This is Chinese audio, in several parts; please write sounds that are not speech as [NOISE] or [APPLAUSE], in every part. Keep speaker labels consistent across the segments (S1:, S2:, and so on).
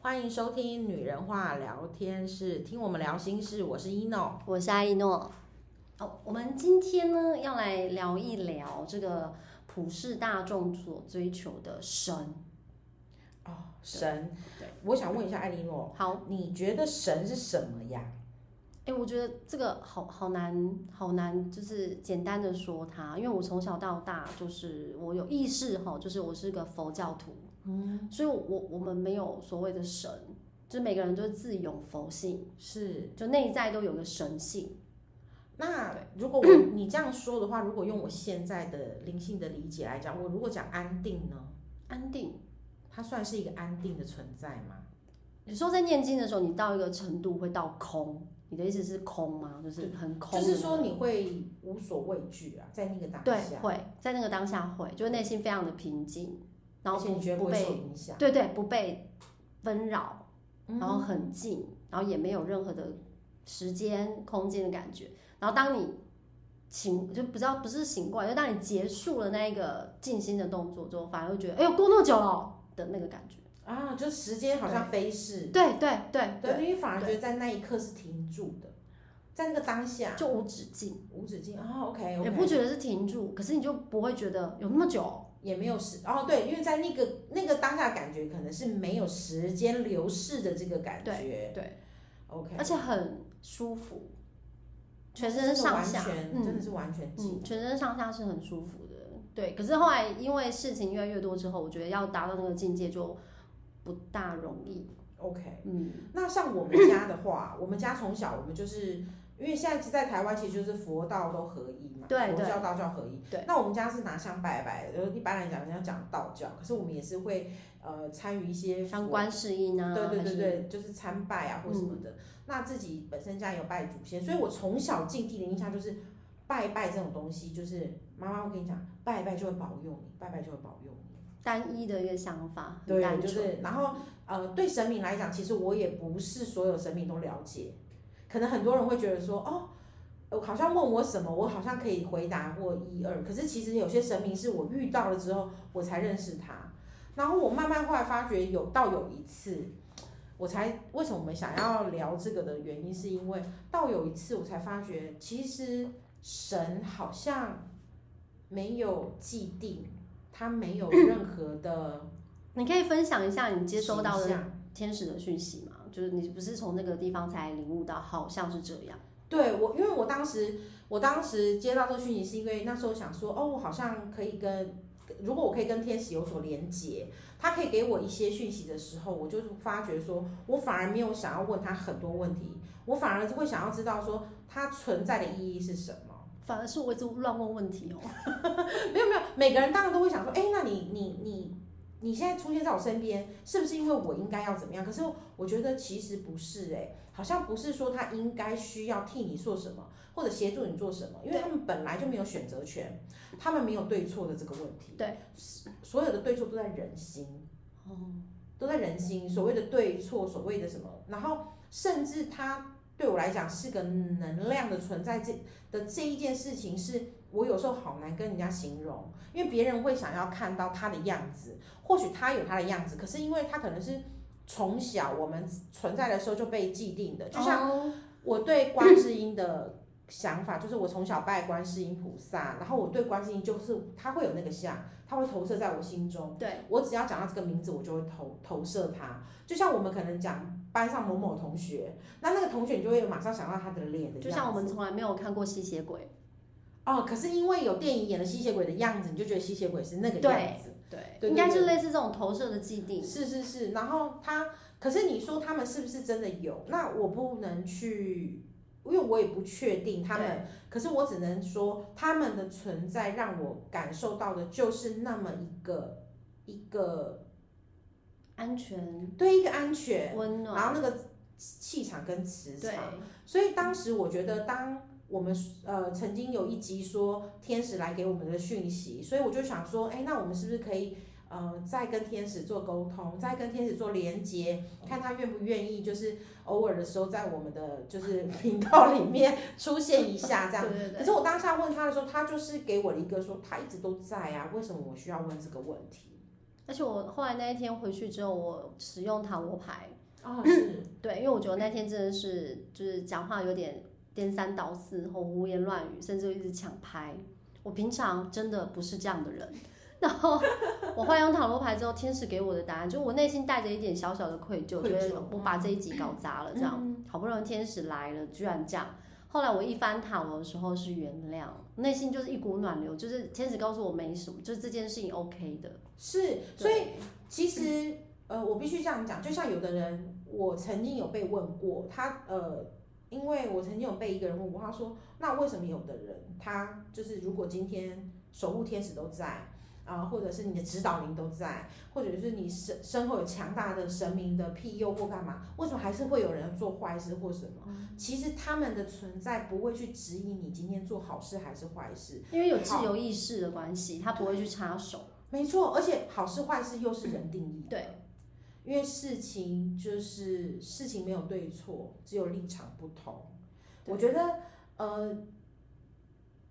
S1: 欢迎收听《女人话聊天室》，听我们聊心事。我是一诺，
S2: 我是阿一诺。哦，我们今天呢要来聊一聊这个普世大众所追求的神。
S1: 哦，神，
S2: 对，
S1: 我想问一下艾莉诺，
S2: 好，
S1: 你觉得神是什么呀？
S2: 哎，我觉得这个好好难，好难，就是简单的说它，因为我从小到大就是我有意识哈，就是我是个佛教徒，嗯，所以我我们没有所谓的神，就是每个人就是自有佛性，
S1: 是，
S2: 就内在都有个神性。
S1: 那如果我你这样说的话，如果用我现在的灵性的理解来讲，我如果讲安定呢，
S2: 安定，
S1: 它算是一个安定的存在吗？
S2: 有时候在念经的时候，你到一个程度会到空，你的意思是空吗？就是很空
S1: 就
S2: 的，
S1: 是说你会无所畏惧啊，在那个当
S2: 对
S1: 下，
S2: 会在那个当下会，就是内心非常的平静，然
S1: 而
S2: 后
S1: 且你觉得
S2: 不
S1: 不
S2: 不
S1: 会受
S2: 被
S1: 影响，
S2: 对对不被纷扰。
S1: 嗯
S2: 然后很近，然后也没有任何的时间、空间的感觉。然后当你醒，就不知道不是醒过来，就当你结束了那一个静心的动作之后，反而会觉得，哎呦，过那么久了的那个感觉。
S1: 啊，就时间好像飞逝，
S2: 对对对
S1: 对，
S2: 对，
S1: 因为反而觉得在那一刻是停住的，在那个当下
S2: 就无止境，
S1: 无止境啊，OK，, o
S2: 也不觉得是停住，可是你就不会觉得有那么久。
S1: 也没有时哦，对，因为在那个那个当下感觉可能是没有时间流逝的这个感觉
S2: 对，
S1: ，OK，
S2: 而且很舒服，全
S1: 真
S2: 身
S1: 的
S2: 上
S1: 完
S2: 下，
S1: 全、
S2: 嗯
S1: 真的是完全静，
S2: 嗯，全身上下是很舒服的，对。可是后来因为事情越来越多之后，我觉得要达到那个境界就不大容易。
S1: OK，
S2: 嗯，
S1: 那像我们家的话，我们家从小我们就是。因为现在在台湾其实就是佛道都合一嘛，
S2: 对
S1: 佛
S2: 对
S1: 教道教合一。
S2: 对，
S1: 那我们家是拿香拜拜的，一般来讲人家讲道教，可是我们也是会呃参与一些佛
S2: 像观世音啊，
S1: 对对
S2: 还
S1: 对
S2: 是，嗯
S1: 对，就是参拜啊或什么的。那自己本身家有拜祖先，所以我从小进地的印象就是拜拜这种东西，就是妈妈会跟你讲，拜拜就会保佑你，拜拜就会保佑你。
S2: 单一的一个想法，很
S1: 对，
S2: 单
S1: 就
S2: 纯。
S1: 是然后呃，对神明来讲，其实我也不是所有神明都了解，可能很多人会觉得说，哦，我好像问我什么，我好像可以回答或一二，可是其实有些神明是我遇到了之后我才认识他，然后我慢慢后来发觉有到有一次。我才为什么我们想要聊这个的原因，是因为到有一次我才发觉，其实神好像没有既定，他没有任何的
S2: 你可以分享一下你接收到
S1: 形
S2: 的
S1: 象
S2: 天使的讯息吗？就是你不是从那个地方才领悟到，好像是这样。
S1: 对我，因为我当时我当时接到这个讯息，是因为那时候想说，哦，我好像可以跟，如果我可以跟天使有所连接，他可以给我一些讯息的时候，我就发觉说，我反而没有想要问他很多问题，我反而会想要知道说它存在的意义是什么。 [LAUGHS]
S2: 反而是我一直乱问问题哦。
S1: 没有没有，每个人当然都会想说，哎，那你你你你现在出现在我身边，是不是因为我应该要怎么样？可是我觉得其实不是、哎，好像不是说他应该需要替你做什么，或者协助你做什么，因为他们本来就没有选择权，他们没有对错的这个问题。
S2: 对
S1: 是，所有的对错都在人心。
S2: 哦，
S1: 都在人心，所谓的对错，所谓的什么，然后甚至它对我来讲是个能量的存在这的这一件事情是，我有时候好难跟人家形容，因为别人会想要看到他的样子，或许他有他的样子，可是因为他可能是从小我们存在的时候就被既定的，就像
S2: 像
S1: 我对观世音的想法就是，我从小拜观世音菩萨，然后我对观世音就是他会有那个像，他会投射在我心中。
S2: 对，
S1: 我只要讲到这个名字，我就会投投射他。就像我们可能讲班上某某同学，那那个同学你就会马上想到他的脸的样子。
S2: 就像我们从来没有看过吸血鬼，
S1: 哦，可是因为有电影演的吸血鬼的样子，你就觉得吸血鬼是那个样子。
S2: 对
S1: 对
S2: 应该
S1: 对
S2: 是类似这种投射的既定。
S1: 是是是，然后他，可是你说他们是不是真的有？那我不能去，因为我也不确定他们
S2: 对
S1: 可是我只能说，他们的存在让我感受到的就是那么一个一个
S2: 安全、
S1: 对一个安全，然
S2: 温暖，
S1: 后那个气场跟磁
S2: 对
S1: 场。所以当时我觉得，当我们呃曾经有一集说天使来给我们的讯息，所以我就想说，哎，那我们是不是可以？呃，再跟天使做沟通，再跟天使做连接，看他愿不愿意，就是偶尔的时候在我们的就是频道里面出现一下这样。
S2: 对对
S1: 可
S2: 对，
S1: 是我当下问他的时候，他就是给我了一个说他一直都在啊，为什么我需要问这个问题？
S2: 而且我后来那一天回去之后，我使用塔罗牌，
S1: 哦，是，
S2: 对，因为我觉得那天真的是就是讲话有点颠三倒四，吼胡言乱语，甚至一直抢拍。我平常真的不是这样的人。 [LAUGHS] 然后我换用塔罗牌之后，天使给我的答案，就我内心带着一点小小的愧疚，
S1: 愧
S2: 觉得
S1: 疚
S2: 我把这一集搞砸了，这样、好不容易天使来了，居然这样。后来我一翻塔罗的时候是原谅，内心就是一股暖流，就是天使告诉我没什么，就是这件事情 OK 的。
S1: 是，
S2: 对
S1: 所以其实呃，我必须这样讲，就像有的人，我曾经有被问过，他呃，因为我曾经有被一个人问过，他说，那为什么有的人他就是如果今天守护天使都在啊、或者是你的指导灵都在，或者是你身身后有强大的神明的庇佑或干嘛，为什么还是会有人做坏事或什么？其实他们的存在不会去指引你今天做好事还是坏事，
S2: 因为有自由意识的关系，他不会去插手。
S1: 没错，而且好事坏事又是人定义的。
S2: 对，
S1: 因为事情就是事情没有对错，只有立场不同。
S2: 对
S1: 我觉得，呃，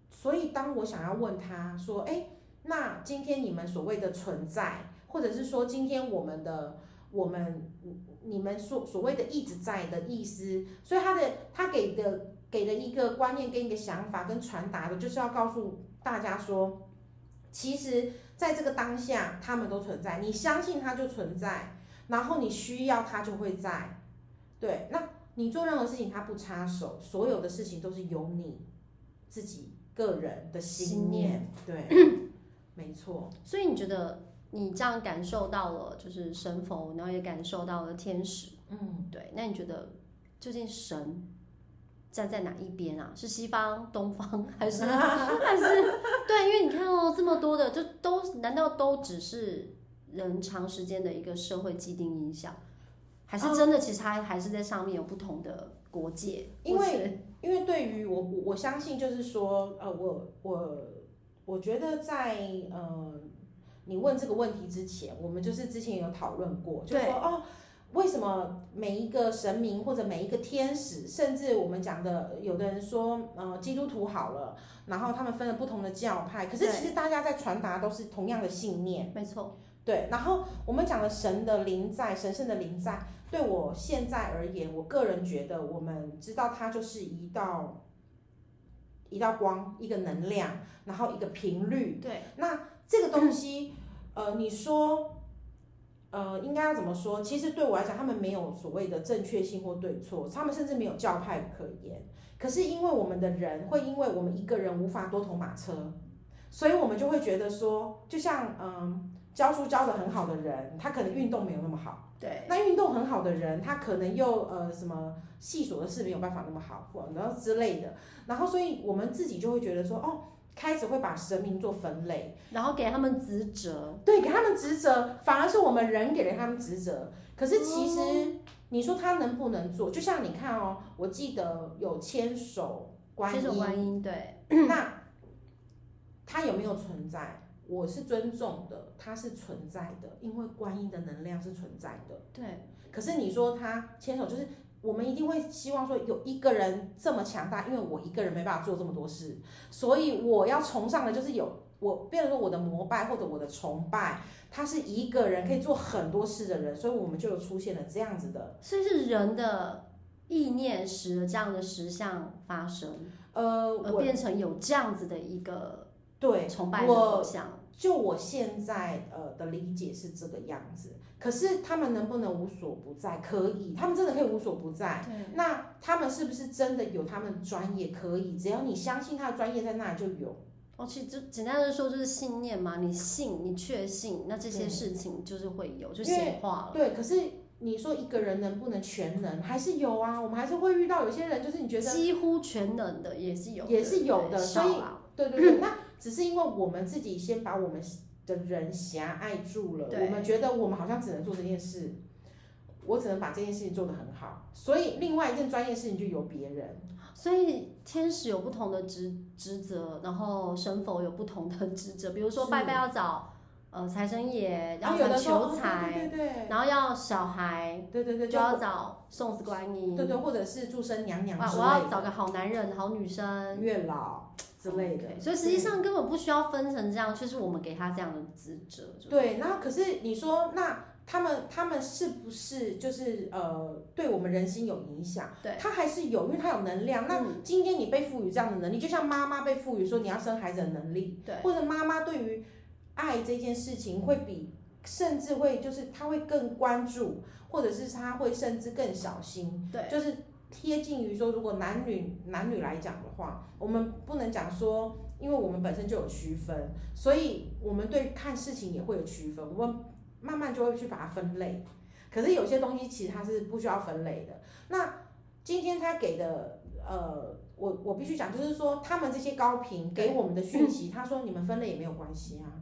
S1: 所以当我想要问他说，哎，那今天你们所谓的存在，或者是说今天我们的我们你你们所所谓的一直在的意思，所以他的他给的给的一个观念跟一个想法跟传达的，就是要告诉大家说，其实在这个当下，他们都存在，你相信它就存在。然后你需要他就会在，对，那你做任何事情他不插手，所有的事情都是由你自己个人的心
S2: 心
S1: 念，对，没错，
S2: 所以你觉得你这样感受到了就是神佛，然后也感受到了天使，
S1: 嗯，
S2: 对，那你觉得究竟神站在哪一边啊？是西方、东方，还是 [LAUGHS] 还是对？因为你看哦，这么多的，就都难道都只是人长时间的一个社会既定影响，还是真的？其实它还是在上面有不同的国界，
S1: 因为
S2: 或是
S1: 因为对于我我我相信就是说，呃，我我我觉得在呃你问这个问题之前，我们就是之前有讨论过，就
S2: 对
S1: 说哦。为什么每一个神明或者每一个天使，甚至我们讲的，有的人说，呃，基督徒好了，然后他们分了不同的教派，可是
S2: 对
S1: 其实大家在传达都是同样的信念，
S2: 没错，
S1: 对，然后我们讲的神的灵在，神圣的灵在，对我现在而言，我个人觉得，我们知道它就是一道一道光，一个能量，然后一个频率，
S2: 对，
S1: 这个东西，呃，你说，呃，应该要怎么说？其实对我来讲，他们没有所谓的正确性或对错，他们甚至没有教派可言。可是因为我们的人会因为我们一个人无法多头马车，所以我们就会觉得说，就像嗯、教书教的很好的人，他可能运动没有那么好。
S2: 对，
S1: 那运动很好的人，他可能又呃什么细数的事没有办法那么好，或然后之类的。然后所以我们自己就会觉得说，哦，开始会把神明做分类。
S2: 然后给他们职责，
S1: 对，给他们职责，反而是我们人给了他们职责。可是其
S2: 哦
S1: 实你说他能不能做？就像你看哦，我记得有千手观
S2: 千手
S1: 音，
S2: 观音，对，
S1: 那它有没有存在？我是尊重的，它是存在的，因为观音的能量是存在的。
S2: 对，
S1: 可是你说他牵手，就是我们一定会希望说有一个人这么强大，因为我一个人没办法做这么多事，所以我要崇尚的就是有我，变成说我的膜拜或者我的崇拜，他是一个人可以做很多事的人，所以我们就有出现了这样子的，
S2: 所以是人的意念使得这样的实相发生，
S1: 呃，
S2: 而
S1: 我
S2: 变成有这样子的一个
S1: 对
S2: 崇拜的
S1: 我
S2: 偶像，
S1: 就我现在呃的理解是这个样子，可是他们能不能无所不在？可以，他们真的可以无所不在。
S2: 对，
S1: 那他们是不是真的有他们专业？可以，只要你相信他的专业在那就有。
S2: 哦，其实就简单的说就是信念嘛，你信，你确信，那这些
S1: 对
S2: 事情就是会有，就
S1: 因为
S2: 显化了，
S1: 对，可是你说一个人能不能全能，还是有啊，我们还是会遇到有些人，就是你觉得
S2: 几乎全能的也是有的，
S1: 也是有的
S2: 对
S1: 所以
S2: 少啦
S1: 对对对，那只是因为我们自己先把我们的人狭隘住了，
S2: 对
S1: 我们觉得我们好像只能做这件事，我只能把这件事情做得很好，所以另外一件专业事情就由别人。
S2: 所以天使有不同的职职责，然后神佛有不同的职责，比如说
S1: 是
S2: 拜拜要找呃财神爷，然后
S1: 啊有
S2: 要
S1: 的时候哦
S2: 求财，
S1: 对对对
S2: 然后要小孩，
S1: 对对对，
S2: 就要找送子观音，
S1: 对对，或者是祝生娘娘
S2: 啊，
S1: 之
S2: 我要嗯
S1: 类
S2: 找个好男人、好女生，
S1: 的，月老之类的
S2: OK，所以实际上根本不需要分成这样，却是我们给他这样的职责。就是，
S1: 对，然后可是你说那。他们他们是不是就是呃，对我们人心有影响？
S2: 对，嗯
S1: 他还是有，因为他有能量。那今天你被赋予这样的能力，就像妈妈被赋予说你要生孩子的能力，
S2: 对，
S1: 或者妈妈对于爱这件事情会比，甚至会就是她会更关注，或者是她会甚至更小心，
S2: 对，
S1: 就是贴近于说，如果男女男女来讲的话，我们不能讲说，因为我们本身就有区分，所以我们对看事情也会有区分，我们慢慢就会去把它分类。可是有些东西其实它是不需要分类的。那今天他给的，呃，我我必须讲，就是说他们这些高频给我们的讯息，他说你们分类也没有关系啊。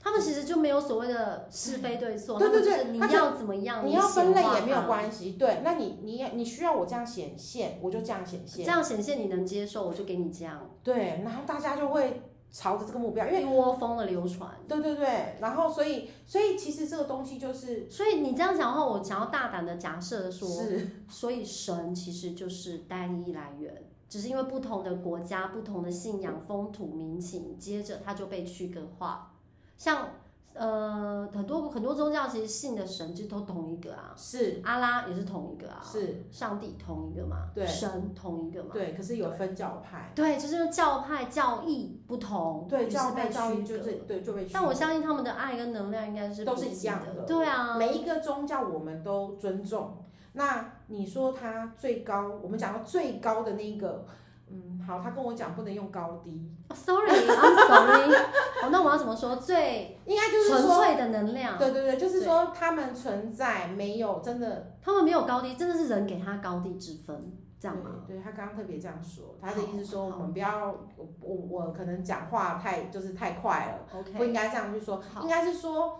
S2: 他们其实就没有所谓的是非对错，
S1: 对对对
S2: 他们就是你要怎么样，
S1: 你要分类也没有
S2: 系。
S1: 关系，对，那你你你需要我这样显现，我就这样显现
S2: 这。样显现你能接受，我就给你这样
S1: 对，然后大家就会朝着这个目标，因为
S2: 一窝蜂的流传。
S1: 对对对，然后所以所以其实这个东西就是
S2: 所以你这样讲的话，我想要大胆的假设说，
S1: 是
S2: 所以神其实就是单一来源，只是因为不同的国家、不同的信仰、风土民情，接着它就被区隔化。像呃很多很多宗教其实信的神就都同一个啊，
S1: 是
S2: 阿拉也是同一个啊，
S1: 是，
S2: 上帝同一个嘛，
S1: 对
S2: 神同一个嘛，
S1: 对，可是有分教派，
S2: 对，就是教派教义不同，
S1: 对
S2: 也是
S1: 教
S2: 被
S1: 派教育
S2: 区
S1: 就
S2: 隔
S1: 是对就被区
S2: 但我
S1: 隔
S2: 相信他们的爱跟能量应该是
S1: 都
S2: 普
S1: 是一
S2: 及
S1: 样的
S2: 对啊，
S1: 每一个宗教我们都尊重。那你说他最高，我们讲到最高的那个，嗯，好，他跟我讲不能用高低，
S2: 哦 Sorry，I'm sorry [LAUGHS] 哦，那我要怎么说最
S1: 应该就是
S2: 纯
S1: 说，
S2: 粹的能量？
S1: 对对对，就是
S2: 对
S1: 说他们存在没有真的
S2: 他们没有高低，真的是人给他高低之分，这样吗？
S1: 对，对他刚刚特别这样说，他的
S2: 好
S1: 意思说我
S2: 好
S1: 们不要，我我我可能讲话太就是太快了
S2: OK
S1: 不应该这样去说，
S2: 好
S1: 应该是说，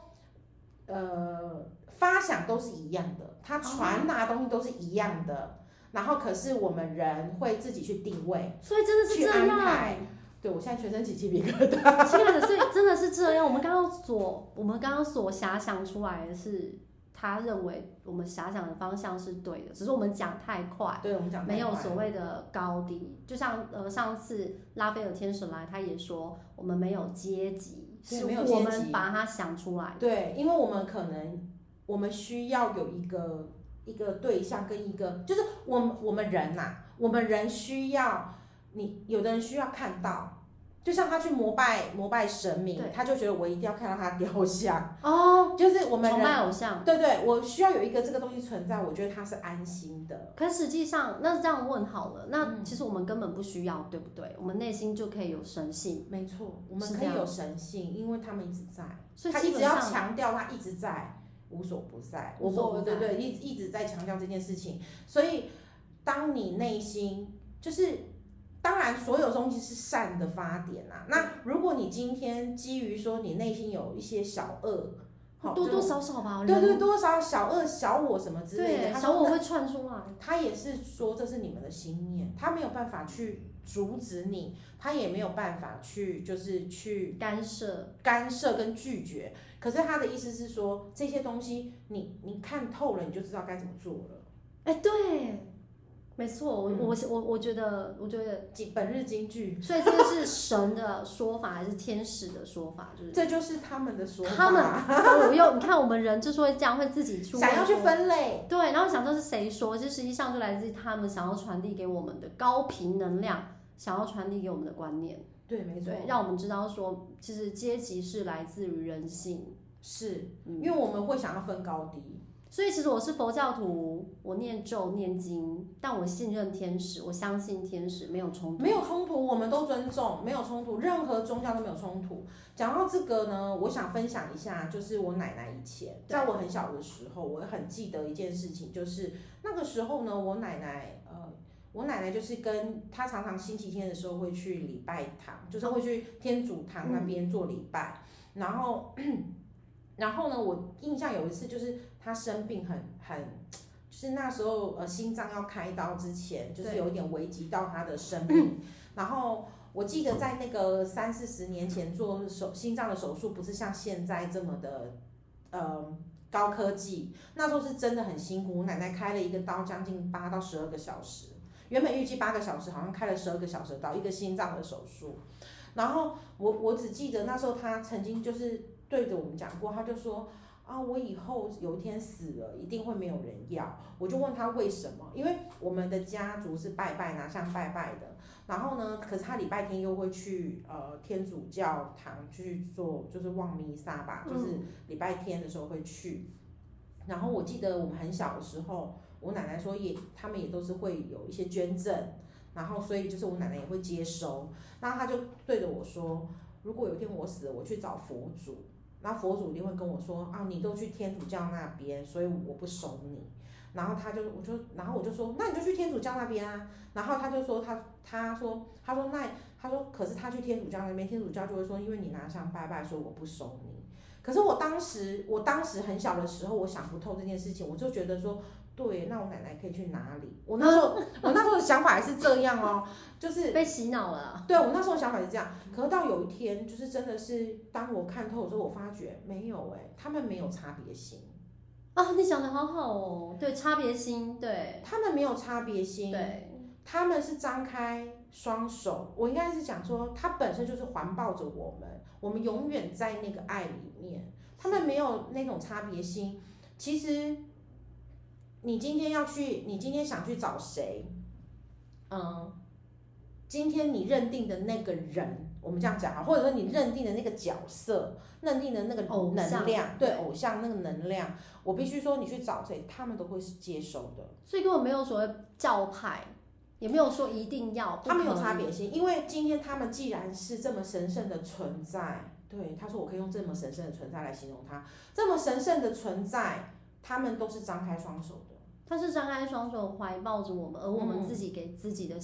S1: 呃，发想都是一样的，
S2: 哦
S1: 他传达东西都是一样的，然后可是我们人会自己去定位，
S2: 所以真的是
S1: 去
S2: 这
S1: 安
S2: 样，
S1: 排。对我现在全身起鸡皮疙瘩，
S2: [LAUGHS] 亲爱的，所以真的是这样。我们刚刚所我们刚刚所遐想出来的是，他认为我们遐想的方向是对的，只是我们讲太快。
S1: 对我们讲
S2: 没有
S1: 太快
S2: 所谓的高低，就像呃上次拉斐尔天使来，他也说我们没有阶级，
S1: 对
S2: 是
S1: 没有
S2: 我
S1: 阶
S2: 们
S1: 级
S2: 把它想出来的。
S1: 对，因为我们可能我们需要有一个一个对象跟一个，就是我们我们人呐、我们人需要你，有的人需要看到，就像他去膜拜膜拜神明
S2: 对，
S1: 他就觉得我一定要看到他雕像， [LAUGHS]
S2: 哦，
S1: 就是我们
S2: 崇
S1: 人。
S2: 拜偶像。
S1: 对对，我需要有一个这个东西存在，我觉得他是安心的。
S2: 可实际上，那这样问好了，那
S1: 嗯
S2: 其实我们根本不需要，对不对？我们内心就可以有神性，
S1: 没错，我们
S2: 是
S1: 可
S2: 这
S1: 以
S2: 样
S1: 有神性，因为他们一直在，
S2: 所以
S1: 他
S2: 基
S1: 一直
S2: 本
S1: 要
S2: 上
S1: 强调他一直在无所不在，
S2: 无
S1: 我
S2: 所
S1: 不
S2: 不在
S1: 对对，一一直在强调这件事情。所以，当你内心就是，当然所有东西是善的发点啊。那如果你今天基于说你内心有一些小恶，好
S2: 多多
S1: 就
S2: 少少吧，
S1: 对
S2: 人
S1: 对多少小恶小我什么之类
S2: 对，
S1: 的，
S2: 小
S1: 他
S2: 我
S1: 说
S2: 会窜出来。
S1: 他也是说这是你们的心念，他没有办法去阻止你，他也没有办法去就是去
S2: 干涉，
S1: 干涉跟拒绝。可是他的意思是说，这些东西你你看透了，你就知道该怎么做了。
S2: 哎，对，没错，我、
S1: 嗯
S2: 我我我觉得，我觉得，
S1: 几本日金句，
S2: 所以这个是神的说法，还是天使的说法？就是
S1: 这就是他们的说法。
S2: 他们我又你看我们人就是会这样，会自己出
S1: 想要去分类，
S2: 对，然后想说是谁说，其实实际上就来自于他们想要传递给我们的高频能量，想要传递给我们的观念，
S1: 对，没错
S2: 对，，让我们知道说，其实阶级是来自于人性。
S1: 是因
S2: 嗯，
S1: 为我们会想要分高低。
S2: 所以其实我是佛教徒，我念咒念经，但我信任天使，我相信天使没有冲突。
S1: 没有冲突，我们都尊重，没有冲突，任何宗教都没有冲突。讲到这个呢，我想分享一下，就是我奶奶以前，
S2: 对
S1: 在我很小的时候，我很记得一件事情，就是那个时候呢，我奶奶呃。我奶奶就是跟她常常星期天的时候会去礼拜堂，就是会去天主堂那边做礼拜。然后，然后呢，我印象有一次就是她生病很很，就是那时候呃心脏要开刀之前，就是
S2: 对
S1: 有一点危及到她的生命。然后我记得在那个三四十年前做手心脏的手术，不是像现在这么的，呃，高科技。那时候是真的很辛苦，我奶奶开了一个刀，将近八到十二个小时，原本预计八个小时，好像开了十二个小时到一个心脏的手术。然后我我只记得那时候他曾经就是对着我们讲过，他就说啊，我以后有一天死了，一定会没有人要。我就问他为什么，因为我们的家族是拜拜拿香拜拜的。然后呢，可是他礼拜天又会去呃天主教堂去做，就是望弥撒吧，就是礼拜天的时候会去。然后我记得我们很小的时候，我奶奶说也他们也都是会有一些捐赠，然后所以就是我奶奶也会接收。然后他就对着我说，如果有一天我死了，我去找佛祖，那佛祖一定会跟我说啊，你都去天主教那边，所以我不收你。然后他就，我就，然后我就说，那你就去天主教那边啊。然后他就说他，他说，他说那，他说，可是他去天主教那边，天主教就会说，因为你拿香拜拜，所以我不收你。可是我当时，我当时很小的时候，我想不透这件事情，我就觉得说，对，那我奶奶可以去哪里？我那时候，我那时候的想法还是这样哦，就是
S2: 被洗脑了。
S1: 对啊我那时候想法是这样，可是到有一天，就是真的是当我看透的时候，我发觉没有哎、他们没有差别心，
S2: 啊，你讲的好好哦，对，差别心，对，
S1: 他们没有差别心，
S2: 对，
S1: 他们是张开双手，我应该是讲说，他本身就是环抱着我们，我们永远在那个爱里面，他们没有那种差别心。其实，你今天要去，你今天想去找谁？嗯，呃今天你认定的那个人，我们这样讲啊，或者说你认定的那个角色，认定的那个
S2: 偶像
S1: 能量，对偶像那个能量，我必须说，你去找谁，他们都会接收的。
S2: 所以根本没有所谓教派，也没有说一定要，不
S1: 他们有
S2: 可
S1: 差
S2: 以
S1: 别性，因为今天他们既然是这么神圣的存在，对他说我可以用这么神圣的存在来形容他，这么神圣的存在，他们都是张开双手的。
S2: 他是张开双手怀抱着我们，而我们
S1: 嗯
S2: 自己给自己的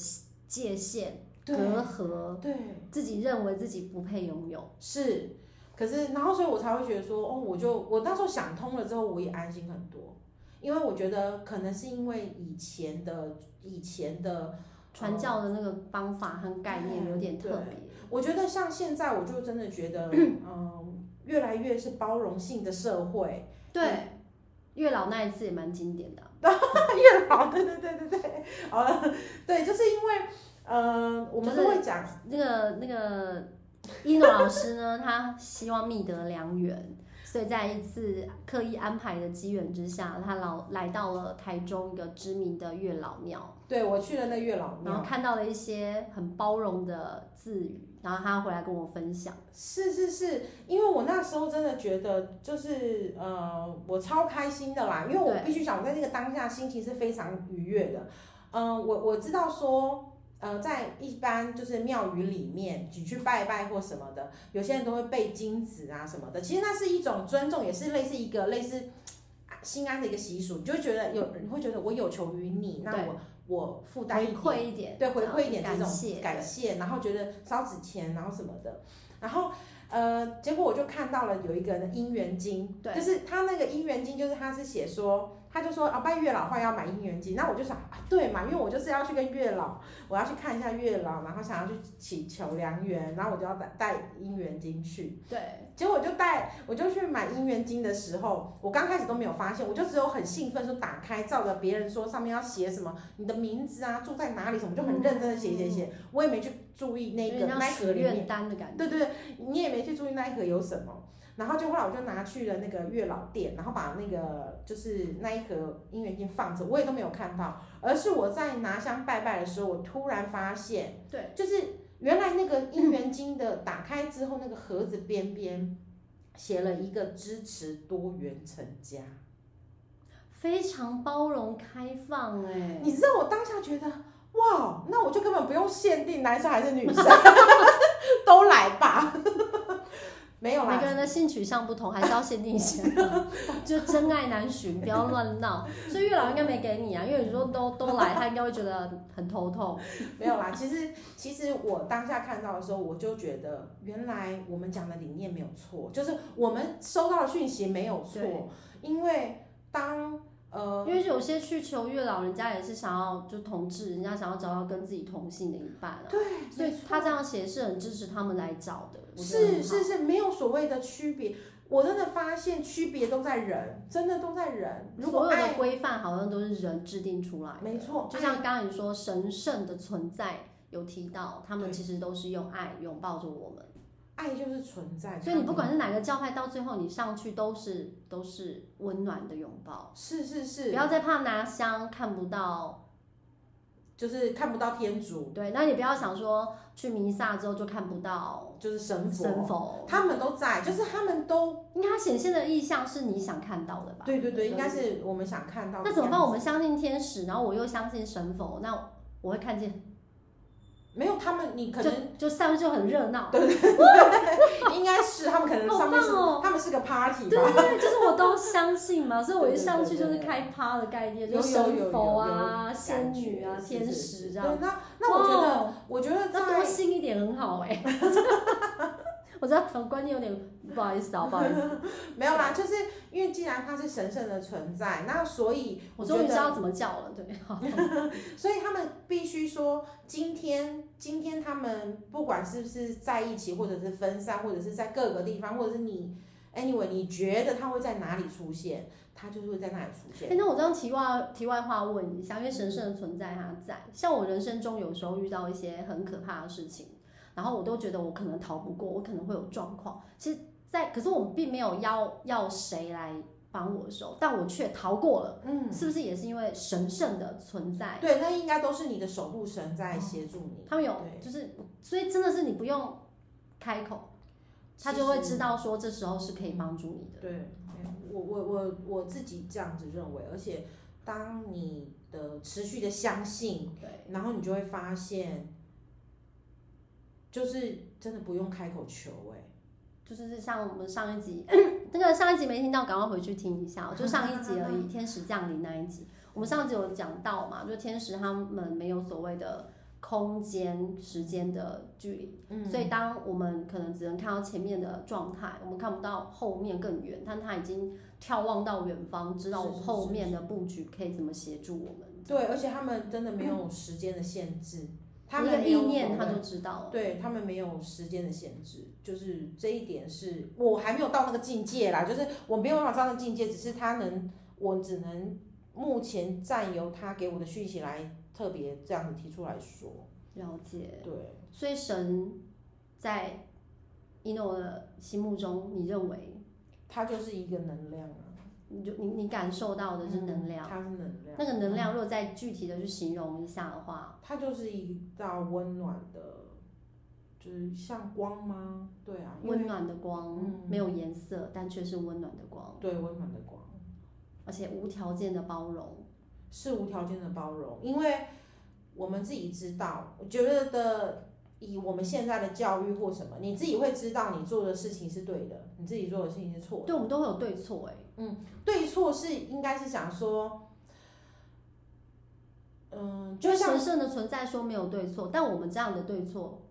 S2: 界限、隔阂，
S1: 对，
S2: 自己认为自己不配拥有。
S1: 是，可是然后所以我才会觉得说，哦，我就我那时候想通了之后，我也安心很多，因为我觉得可能是因为以前的以前的
S2: 传教的那个方法和概念有点特别，
S1: 呃我觉得像现在，我就真的觉
S2: [CLEARS THROAT]
S1: 得，嗯，越来越是包容性的社会，
S2: 对。月老那一次也蛮经典的啊，
S1: 月老，对对对对对，好了，对，就是因为呃，我们
S2: 就是
S1: 都会讲，
S2: 那个那个一诺老师呢， [LAUGHS] 他希望觅得良缘，所以在一次刻意安排的机缘之下，他老来到了台中一个知名的月老庙，
S1: 对我去了那月老
S2: 然
S1: 庙，
S2: 后看到了一些很包容的字语，然后他回来跟我分享。
S1: 是是是，因为我那时候真的觉得就是呃，我超开心的啦，因为我
S2: 对
S1: 必须讲，我在这个当下心情是非常愉悦的。嗯、我我知道说。呃，在一般就是庙宇里面，你去拜拜或什么的，有些人都会备金子啊什么的。其实那是一种尊重，也是类似一个类似啊心安的一个习俗。你就会觉得有，你会觉得我有求于你，那
S2: 对
S1: 我我负担一点
S2: 回馈一点，
S1: 对，回馈一点这
S2: 感
S1: 种
S2: 谢，
S1: 感谢，然后觉得烧纸钱，然后什么的，然后呃，结果我就看到了有一个人的姻缘经，
S2: 对
S1: 就是他那个姻缘经，就是他是写说，他就说啊，拜月老话要买姻缘经，那我就想啊，对嘛，因为我就是要去跟月老，我要去看一下月老，然后想要去祈求良缘，然后我就要带带姻缘经去，
S2: 对，
S1: 结果我就带，我就去买姻缘经的时候，我刚开始都没有发现，我就只有很兴奋说打开，照着别人说上面要写什么，你的名字啊，住在哪里什么，我就很认真的写写写，我也没去注意那个
S2: 有点像
S1: 那一盒
S2: 许
S1: 里面
S2: 愿单的感觉。
S1: 对对对，你也没去注意那一盒有什么。然后就后来我就拿去了那个月老店，然后把那个就是那一盒姻缘镜放着，我也都没有看到，而是我在拿香拜拜的时候，我突然发现，
S2: 对，
S1: 就是原来那个姻缘经的打开之后，那个盒子边边写了一个支持多元成家，
S2: 非常包容开放哎、
S1: 你知道我当下觉得，哇，那我就根本不用限定男生还是 [LAUGHS] 女生，都来 [LAUGHS] 吧，没有啦，
S2: 每个人的性取向不同，还是要限定一下，
S1: [LAUGHS]
S2: 就真爱难寻，不要乱闹。所以月老应该没给你啊，因为你说都都来，他应该会觉得很头痛。
S1: 没有啦，其实其实我当下看到的时候，我就觉得原来我们讲的理念没有错，就是我们收到的讯息没有错
S2: 对，
S1: 因为当呃
S2: 因为有些去求月老，人家也是想要就同志，人家想要找到跟自己同性的一半啊。
S1: 对，
S2: 所以
S1: 哎没错
S2: 他这样写是很支持他们来找的，我觉得很
S1: 是
S2: 好
S1: 是是没有所谓的区别。我真的发现区别都在人，真的都在人。如果
S2: 所有的
S1: 爱，
S2: 规范好像都是人制定出来的，
S1: 没错
S2: 哦就像刚刚你说神圣的存在有提到，他们其实都是用爱拥抱着我们，
S1: 爱就是存在，
S2: 所以你不管是哪个教派，到最后你上去都是都是温暖的拥抱，
S1: 是是
S2: 不
S1: 是，
S2: 要再怕拿香看不到，
S1: 就是看不到天主，
S2: 对，那你不要想说去弥撒之后就看不到
S1: 就是神佛，
S2: 神佛，
S1: 他们都在，就是他们都
S2: 应该它显现的意象是你想看到的吧？
S1: 对对对，应该是我们想看到的样子。
S2: 那怎么办？我们相信天使，然后我又相信神佛，那我会看见，
S1: 没有他们，你可能
S2: 就就上面就很热闹。 [LAUGHS]
S1: 应该是他们可能
S2: 好
S1: 上面是、
S2: 棒哦
S1: 他们是个 party
S2: 对
S1: 吧。
S2: 对对，就是我都相信嘛，所以我一上去就是开趴的概念，
S1: 有
S2: 就
S1: 有有有
S2: 神佛啊、
S1: 有
S2: 仙女啊、
S1: 感觉
S2: 天
S1: 是
S2: 使这样。
S1: 对，那那我觉得，
S2: 哇，哦
S1: 我觉得
S2: 那多
S1: 在
S2: 信一点很好哎、 [LAUGHS] 我知道可能观念有点不好意思啊，
S1: [LAUGHS]
S2: 不好意思，
S1: 没有
S2: 啊
S1: 啦，就是因为既然它是神圣的存在，那所以
S2: 我
S1: 觉
S2: 终于知
S1: 得，
S2: 道怎么叫了，对，好
S1: 所以他们必须说，今天今天他们不管是不是在一起，或者是分散，或者是在各个地方，或者是你 anyway，你觉得他会在哪里出现，他就是会在那里出
S2: 哎、 [LAUGHS]
S1: 现。
S2: 那我这样题外题外话问一下，因为神圣的存在它在，像我人生中有时候遇到一些很可怕的事情，然后我都觉得我可能逃不过，我可能会有状况。其实在，可是我们并没有要要谁来帮我的时候，但我却逃过了，
S1: 嗯，
S2: 是不是也是因为神圣的存在？
S1: 对，那应该都是你的守护神在协助你。
S2: 他们有
S1: 对
S2: 就是，所以真的是你不用开口，他就会知道说这时候是可以帮助你的。
S1: 对，我我我我自己这样子认为，而且当你的持续的相信，
S2: 对，
S1: 然后你就会发现，就是真的不用开口求、哎，
S2: 就是像我们上一集，嗯那个上一集没听到，赶快回去听一下哦，就上一集而
S1: [LAUGHS]
S2: 已，《天使降临》那一集。我们上一集有讲到嘛，就天使他们没有所谓的空间、时间的距离，
S1: 嗯，
S2: 所以当我们可能只能看到前面的状态，我们看不到后面更远，但他已经眺望到远方，知道
S1: 是
S2: 我
S1: 是是
S2: 后面的布局可以怎么协助我们。
S1: 对，而且他们真的没有时间的限制，他
S2: 嗯一
S1: 们
S2: 个
S1: 没
S2: 意
S1: 有
S2: 念
S1: 所
S2: 他
S1: 谓
S2: 就知道了。
S1: 对他们没有时间的限制，就是这一点是我还没有到那个境界啦，就是我没有办法到那个境界，只是他能，我只能目前占由他给我的讯息来特别这样子提出来说，
S2: 了解。
S1: 对，
S2: 所以神在一诺的心目中，你认为
S1: 他就是一个能量啊，嗯
S2: 你就你你感受到的是能量，
S1: 他是能量，
S2: 那个能量如果再具体的去形容一下的话，
S1: 它就是一道温暖的，就是像光吗？对啊，因为
S2: 温暖的光，
S1: 嗯
S2: 没有颜色，但却是温暖的光，
S1: 对温暖的光
S2: 而且无条件的包容。
S1: 是无条件的包容，因为我们自己知道，我觉得的。以我们现在的教育或什么，你自己会知道你做的事情是对的，你自己做的事情是错的。
S2: 对，我们都会有对错哎、
S1: 对错是应该是想说，嗯，
S2: 就
S1: 就是像
S2: 神圣的存在说没有对错，但我们这样的对错，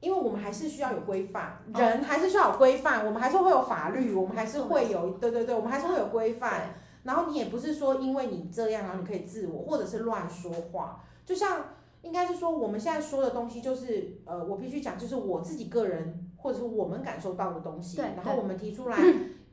S1: 因为我们还是需要有规范，
S2: 哦
S1: 人还是需要有规范，我们还是会有法律，我们还是会有，对对对，我们还是会有规范。然后你也不是说因为你这样，然后你可以自我，或者是乱说话。就像应该是说，我们现在说的东西，就是呃，我必须讲，就是我自己个人，或者是我们感受到的东西，
S2: 对
S1: 然后我们提出
S2: [LAUGHS]
S1: 来。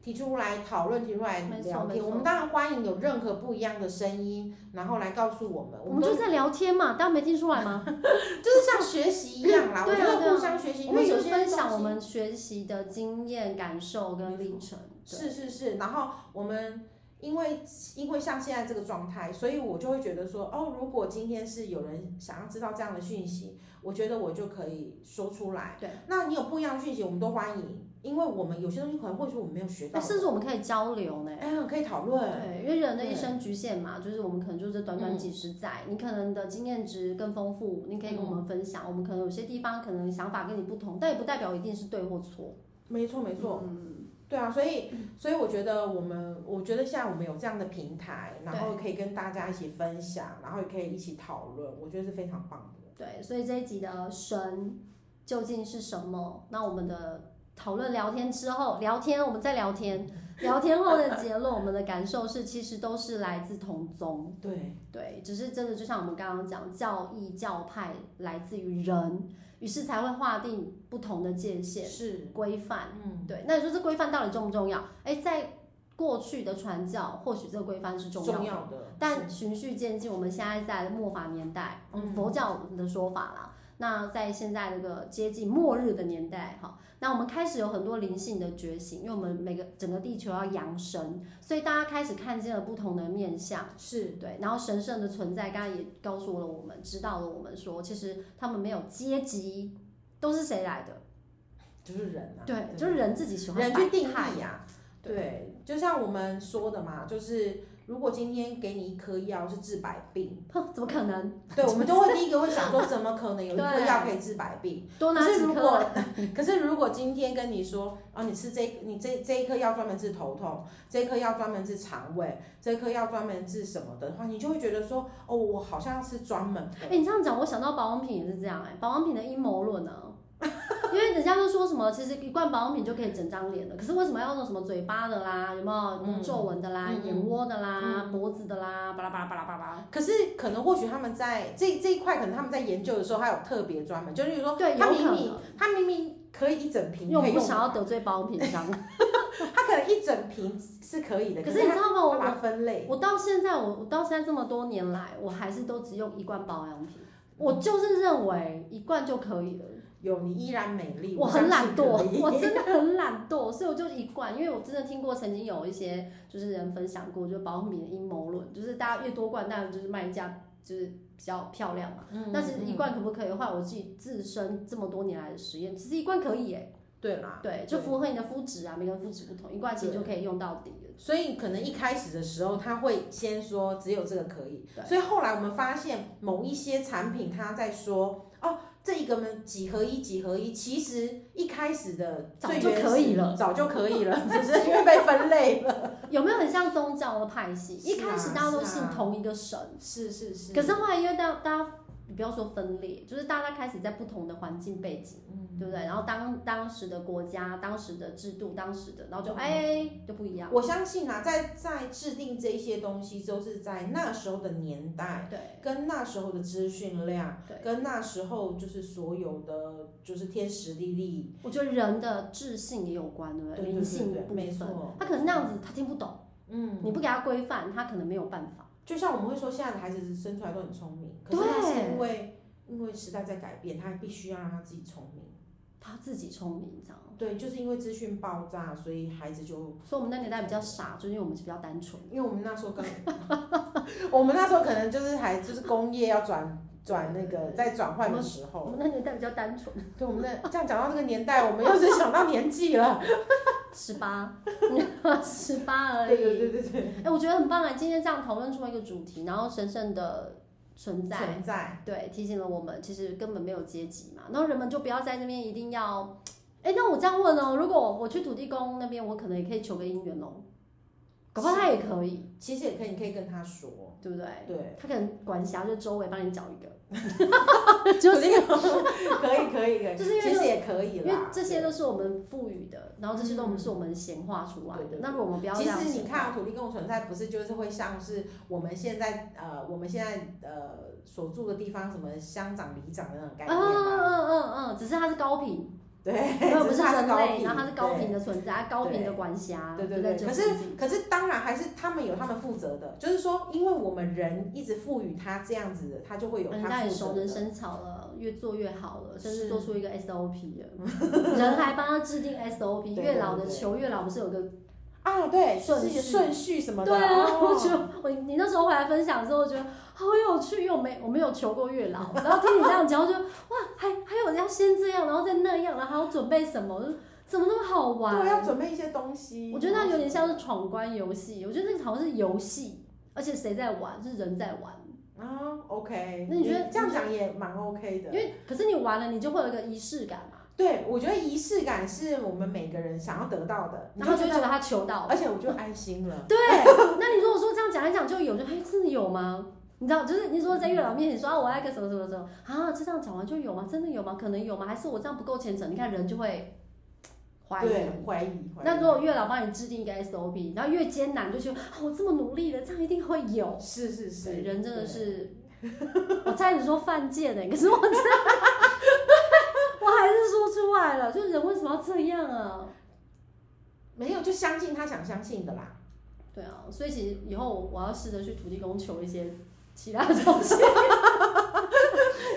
S1: 提出来讨论，提出来
S2: 没错
S1: 聊
S2: 没
S1: 天，
S2: 错
S1: 我们当然欢迎有任何不一样的声音，然后来告诉我们。
S2: 我
S1: 们
S2: 们
S1: 都
S2: 就在聊天嘛，大家没听出来吗？
S1: 就是像学习一样啦，我
S2: [LAUGHS] 对
S1: 觉
S2: 啊对
S1: 得
S2: 啊
S1: 互相学习，
S2: 我
S1: 因
S2: 们
S1: 为
S2: 就
S1: 哎有
S2: 是
S1: 些
S2: 分享
S1: 东
S2: 我
S1: 西
S2: 们学习的经验、感受跟历程。对
S1: 是是是，然后我们因为因为像现在这个状态，所以我就会觉得说，哦，如果今天是有人想要知道这样的讯息，我觉得我就可以说出来。
S2: 对，
S1: 那你有不一样的讯息，我们都欢迎，因为我们有些东西可能会说我们没有学到
S2: 哎，
S1: 的，
S2: 甚至我们可以交流呢。
S1: 哎、可以讨论。
S2: 对，因为人的一
S1: 对嗯
S2: 生局限嘛，就是我们可能就是短短几十载，你可能的经验值更丰富，你可以
S1: 嗯
S2: 跟我们分享。我们可能有些地方可能想法跟你不同，但也不代表一定是对或错。
S1: 没错没错，
S2: 嗯
S1: 对啊，所以所以我觉得我们，我觉得现在我们有这样的平台，然后可以跟大家一起分享，然后也可以一起讨论，我觉得是非常棒的。
S2: 对，所以这一集的神究竟是什么？那我们的讨论聊天之后，聊天我们再聊天，聊天后的结论，我们的感受是，其实都是来自同宗。
S1: 对，
S2: 对，只是真的就像我们刚刚讲，教义教派来自于人，于是才会划定不同的界限
S1: 是，
S2: 规范。
S1: 嗯，
S2: 对，那你说这规范到底重不重要？哎，在过去的传教，或许这个规范是重要的，
S1: 要的，
S2: 但循序渐进，我们现在在末法年代，
S1: 嗯
S2: 佛教的说法啦。那在现在这个接近末日的年代，哈，那我们开始有很多灵性的觉醒，因为我们每个整个地球要扬升，所以大家开始看见了不同的面相。
S1: 是
S2: 对，然后神圣的存在，刚刚也告诉了我们，指导了我们说，其实他们没有阶级，都是谁来的？
S1: 就是人啊，
S2: 对，就是人自己喜欢
S1: 人去定义
S2: 呀、
S1: 呀、对，就像我们说的嘛，就是如果今天给你一颗药是治百
S2: [LAUGHS]
S1: 病，
S2: 哼，怎么可能？
S1: 对，我们就会第一个会想说，怎么可能有一颗
S2: 对
S1: 药可以治百
S2: [LAUGHS]
S1: 病？
S2: 多拿
S1: 可是
S2: 几
S1: 如
S2: 颗
S1: 果
S2: 来，
S1: 可是如果今天跟你说，啊，你吃这你这这一颗药专门治头痛，这一颗药专门治肠胃，这一颗药专门治什么的话，你就会觉得说，哦，我好像要吃专门的
S2: 哎、你这样讲，我想到保养品也是这样、哎，保养品的阴谋论呢、 [LAUGHS] 因为人家就说什么，其实一罐保养品就可以整张脸的，可是为什么要用什么嘴巴的啦，有没有有没有皱纹的啦、
S1: 嗯嗯嗯
S2: 眼窝的啦、脖子的啦，巴拉巴拉巴拉巴拉。
S1: 可是可能或许他们在这这一块，可能他们在研究的时候，他有特别专门，就例如说，
S2: 对，有
S1: 他明
S2: 可
S1: 明
S2: 能，
S1: 他明明可以一整瓶
S2: 因
S1: 可
S2: 为我
S1: 以
S2: 不
S1: 用
S2: 想要
S1: 完，
S2: 得罪保养品
S1: [LAUGHS]
S2: 商。
S1: 他可能一整瓶是可以的，
S2: 可
S1: 可
S2: 是你知
S1: 他
S2: 道吗？
S1: 他
S2: 我
S1: 把它分类，
S2: 我到现在，我我到现在这么多年来，我还是都只用一罐保养品。我就是认为一罐就可以了，
S1: 有你依然美丽，
S2: 我很懒惰，
S1: 相信可以
S2: [LAUGHS] 我
S1: [LAUGHS]
S2: 真的很懒惰，所以我就一罐，因为我真的听过曾经有一些就是人分享过，就是保养品的阴谋论，就是大家越多罐，当然就是卖价就是比较漂亮嘛。
S1: 嗯
S2: 但是一罐可不可以的话，我自己自身这么多年来的实验，其实一罐可以耶、
S1: 对啦，
S2: 对，就符合你的肤质啊，每个人肤质不同，一罐其实就可以用到底了。
S1: 所以可能一开始的时候，他会先说只有这个可以，
S2: 对
S1: 所以后来我们发现某一些产品，他在说哦，这一个呢几合一几合一，其实一开始的
S2: 早
S1: 最
S2: 就
S1: 原
S2: 可以
S1: 始
S2: 了
S1: 早就可以了，只是因为被分类了。
S2: 有没有很像宗教的派系？
S1: 是啊
S2: 一开始大家都
S1: 是
S2: 信
S1: 啊
S2: 同一个神，
S1: 是是是
S2: [LAUGHS] 可是后来因为大大家，你不要说分裂，就是大家开始在不同的环境背景，
S1: 嗯
S2: 对不对？然后当当时的国家、当时的制度、当时的，然后就
S1: 嗯
S2: 哎、就不一样。
S1: 我相信啊，在在制定这些东西，都是在那时候的年代，
S2: 对
S1: 跟那时候的资讯量，
S2: 对，
S1: 跟那时候就是所有的就是天时地利，
S2: 我觉得人的智性也有关，对不
S1: 对对
S2: 呃灵性
S1: 对
S2: 部
S1: 对没
S2: 分
S1: 错，
S2: 他可能那样子他听不懂，
S1: 嗯，
S2: 你不给他规范，他可能没有办法。
S1: 就像我们会说，现在的孩子生出来都很聪明，可
S2: 对
S1: 是那是因为因为时代在改变，他必须要让他自己聪明。
S2: 他自己聪明，这样。
S1: 对，就是因为资讯爆炸，所以孩子就，
S2: 所以我们那年代比较傻，就是因为我们比较单纯。
S1: 因为我们那时候
S2: [LAUGHS]
S1: 刚，我们那时候可能就是还就是工业要转转那个在转换的时
S2: 我
S1: 候，
S2: 们那年代比较单纯，
S1: 对，我们的这样讲到这个年代，我们
S2: [LAUGHS]
S1: 又是想到年纪了。
S2: 十
S1: [LAUGHS]
S2: 八，十八而已。
S1: 对对对对对，
S2: 哎、我觉得很棒哎！今天这样讨论出一个主题，然后神圣的存在，
S1: 存在，
S2: 对，提醒了我们，其实根本没有阶级嘛。然后人们就不要在那边一定要，哎、那我这样问哦，如果我去土地公那边，我可能也可以求个姻缘哦，搞不好他也可以，
S1: 其实也可以，你可以跟他说，
S2: 对不对？ [LAUGHS]
S1: 对，
S2: 他可能管辖就周围帮你找
S1: [LAUGHS]
S2: 一个，就是
S1: 那个可以可以可以，
S2: 就是因为
S1: 其实也可以
S2: 因
S1: 啦，
S2: 为这些都是我们赋予的，然后这些都
S1: 嗯
S2: 是我们显化出来
S1: 对
S2: 的
S1: 对。对
S2: 那如果我们不要这
S1: 其
S2: 样，
S1: 实你看、啊，土地公存在不是就是会像是我们现在呃我们现在呃所住的地方什么乡长里长的那种概
S2: 嗯
S1: 念
S2: 嗯
S1: 嘛？
S2: 嗯嗯嗯，只是它是高频。
S1: 对，
S2: [LAUGHS] 没有
S1: [LAUGHS] 只
S2: 不
S1: 是它
S2: 人
S1: 是高
S2: 类，
S1: 频
S2: 然后它是高啊
S1: 对
S2: 频的存在，啊高频的管辖，
S1: 对对
S2: 对
S1: 对，可是可是当然还是他们有他们负责的，就是说，因为我们人一直赋予他这样子的，他就会有
S2: 人家
S1: 他
S2: 也
S1: 负
S2: 熟
S1: 责的。
S2: 能生巧了，越做越好了，甚至
S1: 是
S2: 做出一个
S1: [LAUGHS]
S2: SOP 了，人还帮他制定 SOP，
S1: 对对
S2: 月老的
S1: 对
S2: 求月老不是有个
S1: 啊，对，
S2: 顺
S1: 是
S2: 序
S1: 顺序什么的，
S2: 对啊，我觉
S1: 哦、
S2: 得我你那时候回来分享的时候，我觉得好有趣，因为我没我没有求过月老，然后听你这样讲，我就哇，还还有人要先这样，然后再那样，然后还要准备什么，我就怎么那么好
S1: 对，啊要
S2: 玩？
S1: 准备一些东西。
S2: 我觉得那有点像是闯关游戏，我觉得那个好像是游戏，而且谁在玩是人在玩。
S1: 啊，OK，
S2: 那你觉得
S1: 这样讲也蛮 OK 的
S2: 因？为可是你玩了，你就会有一个仪式感嘛，
S1: 对，我觉得仪式感是我们每个人想要得到的，你
S2: 然后就
S1: 觉得
S2: 会
S1: 哎
S2: 觉得他求到了。
S1: 而且我就安心了。
S2: 对，那你如果说这样讲一讲就有，就哎，真的有吗？你知道，就是你说在月老面前说啊，我要一个什么什么什么啊，这样讲完就有吗？真的有吗？可能有吗？还是我这样不够虔诚？你看人就会 [LAUGHS] 怀疑。
S1: 对，怀疑。怀疑
S2: 那如果月老帮你制定一个 SOP，然后越艰难就觉得啊，我这么努力了，这样一定会有。
S1: 是是是，
S2: 对人真的是，我差点说犯贱欸呢、可是我真的， [LAUGHS] 我还是说出来了，就是人为什么要这样啊？
S1: 没有就相信他想相信的啦。 [LAUGHS]
S2: 对啊，所以其实以后我要试着去土地公求一些其他的
S1: [LAUGHS]
S2: 东西，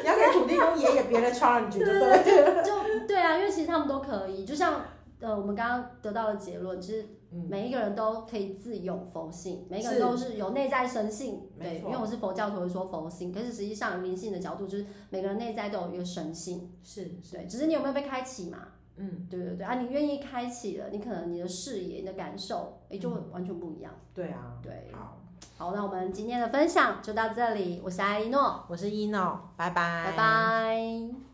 S1: 你要给土地公爷爷别的
S2: [LAUGHS]
S1: challenge，对不对？
S2: 就对啊，因为其实他们都可以，就像呃我们刚刚得到的结论，其实
S1: 嗯
S2: 每一个人都可以自有佛性，每一个
S1: 是
S2: 人都是有内在神性，
S1: 没
S2: 对，
S1: 错
S2: 因为我是佛教徒，会说佛性，可是实际上灵性的角度就是每个人内在都有一个神性，
S1: 是是，
S2: 对，只是你有没有被开启嘛？
S1: 嗯，
S2: 对对对啊，你愿意开启了，你可能你的视野、你的感受，也就会完全不一样。
S1: 对啊。
S2: 对，
S1: 好，
S2: 好，那我们今天的分享就到这里，我是艾莉诺，
S1: 我是一诺，拜拜，
S2: 拜拜